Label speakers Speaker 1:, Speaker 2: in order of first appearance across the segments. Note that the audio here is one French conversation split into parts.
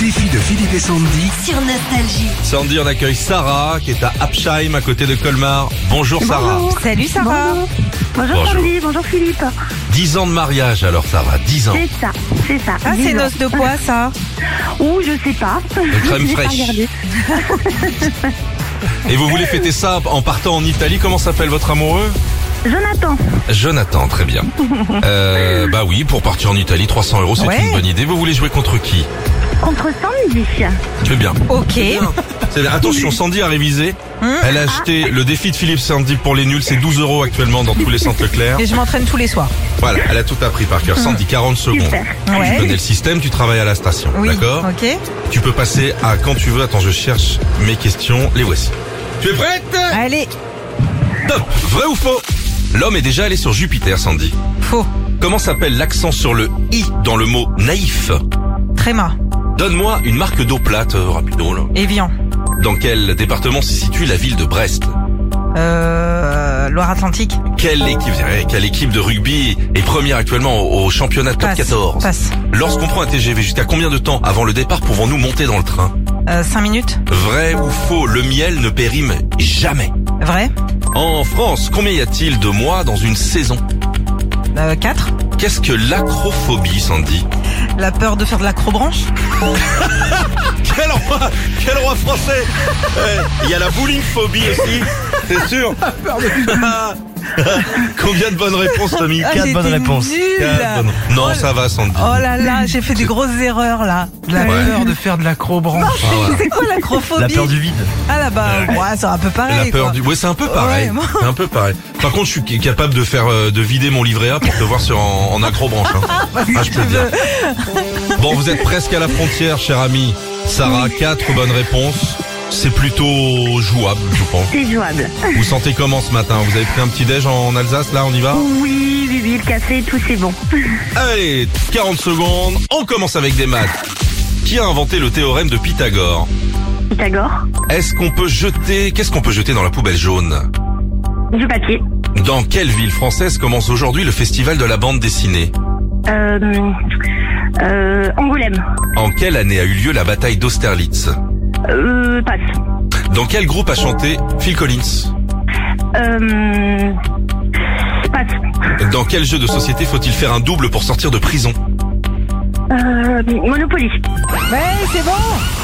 Speaker 1: défi de Philippe et Sandy.
Speaker 2: sur Nostalgie.
Speaker 3: Sandy, on accueille Sarah qui est à Absheim à côté de Colmar. Bonjour Sarah.
Speaker 2: Salut Sarah.
Speaker 4: Bonjour. Bonjour,
Speaker 3: Bonjour.
Speaker 4: Sandy, bonjour Philippe.
Speaker 3: 10 ans de mariage alors Sarah, 10 ans.
Speaker 4: C'est ça, c'est ça.
Speaker 2: Ah, c'est
Speaker 4: Dis-donc.
Speaker 2: noce de quoi ça
Speaker 4: Ouh, je sais pas.
Speaker 3: De crème
Speaker 4: J'ai pas
Speaker 3: fraîche.
Speaker 4: regardé.
Speaker 3: Et vous voulez fêter ça en partant en Italie. Comment s'appelle votre amoureux
Speaker 4: Jonathan,
Speaker 3: Jonathan, très bien. Euh, bah oui, pour partir en Italie, 300 euros, c'est
Speaker 2: Ouais.
Speaker 3: une bonne idée. Vous voulez jouer contre qui
Speaker 4: contre Sandy.
Speaker 3: Tu veux bien.
Speaker 2: Ok. Hum.
Speaker 3: C'est bien. Attention, Sandy a révisé. Elle a acheté
Speaker 2: Ah.
Speaker 3: le défi de Philippe Sandy pour les nuls, c'est 12 euros actuellement dans tous les centres Leclerc.
Speaker 2: Et je m'entraîne tous les soirs.
Speaker 3: Voilà, elle a tout appris par cœur. Sandy, 40 secondes.
Speaker 4: Super.
Speaker 3: Je connais
Speaker 2: Ouais.
Speaker 3: le système, tu travailles à la station.
Speaker 2: Oui.
Speaker 3: D'accord
Speaker 2: Ok.
Speaker 3: Tu peux passer à quand tu veux. Attends, je cherche mes questions. Les voici. Tu es prête
Speaker 2: Allez,
Speaker 3: Top Vrai ou faux L'homme est déjà allé sur Jupiter, Sandy.
Speaker 2: faux.
Speaker 3: Comment s'appelle l'accent sur le i dans le mot naïf
Speaker 2: Tréma.
Speaker 3: Donne-moi une marque d'eau plate, euh, rapido là.
Speaker 2: Evian.
Speaker 3: Dans quel département se situe la ville de Brest
Speaker 2: Euh, Loire-Atlantique.
Speaker 3: Quelle équipe, eh, quelle équipe de rugby est première actuellement au, au championnat top
Speaker 2: Passe.
Speaker 3: 14
Speaker 2: Passe.
Speaker 3: Lorsqu'on prend un TGV, jusqu'à combien de temps avant le départ pouvons-nous monter dans le train
Speaker 2: 5 Euh, minutes.
Speaker 3: Vrai ou faux, le miel ne périme jamais.
Speaker 2: Vrai.
Speaker 3: En France, combien y a-t-il de mois dans une saison
Speaker 2: 4.
Speaker 3: Qu'est-ce que l'acrophobie, Sandy
Speaker 2: La peur de faire de l'acrobranche.
Speaker 3: Quel roi Quel roi français Eh, Il y a la bowlingphobie aussi, c'est sûr
Speaker 2: Ah,
Speaker 3: Combien de bonnes réponses, Tommy
Speaker 2: Ah, j'étais nulle.
Speaker 3: Quatre bonnes- Non, ça va, Sandy.
Speaker 2: Oh là là, j'ai fait des grosses erreurs là.
Speaker 5: La
Speaker 3: Ouais.
Speaker 5: peur de faire de l'acrobranche.
Speaker 3: Ah, voilà.
Speaker 2: C'est quoi Oh, l'acrophobie
Speaker 5: La peur du vide.
Speaker 2: Ah là bas. Ouais, c'est un peu pareil.
Speaker 3: La peur
Speaker 2: quoi.
Speaker 3: du. Ouais, c'est un peu pareil.
Speaker 2: Ouais, moi-
Speaker 3: C'est un peu pareil. Par contre, je suis capable de faire euh, de vider mon livret A pour te voir sur en, en accrobranche. hein. Ah, je peux te dire. Bon, vous êtes presque à la frontière, cher ami. Sarah, quatre bonnes réponses. C'est plutôt jouable, je pense.
Speaker 4: C'est jouable.
Speaker 3: Vous sentez comment ce matin Vous avez pris un petit déj en Alsace Là, on y va
Speaker 2: Oh.
Speaker 4: Oui, oui, oui, le café, tout c'est bon.
Speaker 3: Allez, 40 secondes. On commence avec des maths. Qui a inventé le théorème de Pythagore
Speaker 4: Pythagore,
Speaker 3: Est-ce qu'on peut jeter Qu'est-ce qu'on peut jeter dans la poubelle jaune
Speaker 4: du papier.
Speaker 3: Dans quelle ville française commence aujourd'hui le festival de la bande dessinée
Speaker 4: Euh, euh, Angoulême,
Speaker 3: En quelle année a eu lieu la bataille d'Austerlitz
Speaker 4: euh, passe.
Speaker 3: Dans quel groupe a chanté Phil Collins
Speaker 4: Euh, passe.
Speaker 3: Dans quel jeu de société faut-il faire un double pour sortir de prison
Speaker 4: Euh, Monopoly.
Speaker 2: Ouais, c'est bon.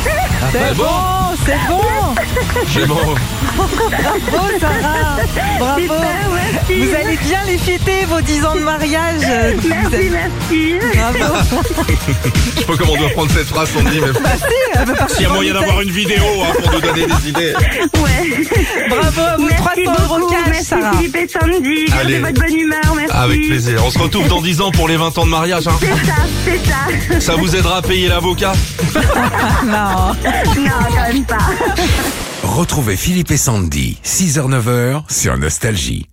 Speaker 3: bah
Speaker 2: Ah, C'est
Speaker 3: bon.
Speaker 2: bon, c'est bon.
Speaker 3: C'est bon.
Speaker 2: Bravo Sarah Bravo
Speaker 4: Super, merci.
Speaker 2: Vous allez bien les fêter vos 10 ans de mariage Vous
Speaker 4: Merci,
Speaker 2: êtes-
Speaker 4: merci.
Speaker 2: Bravo
Speaker 3: Je sais pas comment on doit prendre cette phrase, on dit, mais s'il y a moyen d'avoir une vidéo hein, pour nous donner des idées.
Speaker 4: Ouais.
Speaker 2: Bravo à vous 300 euros cash
Speaker 4: merci
Speaker 2: Sarah
Speaker 4: Philippe et Sandy.
Speaker 3: Allez.
Speaker 4: Gardez votre bonne humeur, merci.
Speaker 3: Avec plaisir. On se retrouve dans 10 ans pour les 20 ans de mariage. hein.
Speaker 4: C'est ça, c'est ça.
Speaker 3: Ça vous aidera à payer l'avocat
Speaker 2: Non
Speaker 4: Non, quand même pas.
Speaker 1: Retrouvez Philippe et Sandy, 6h-9h sur Nostalgie.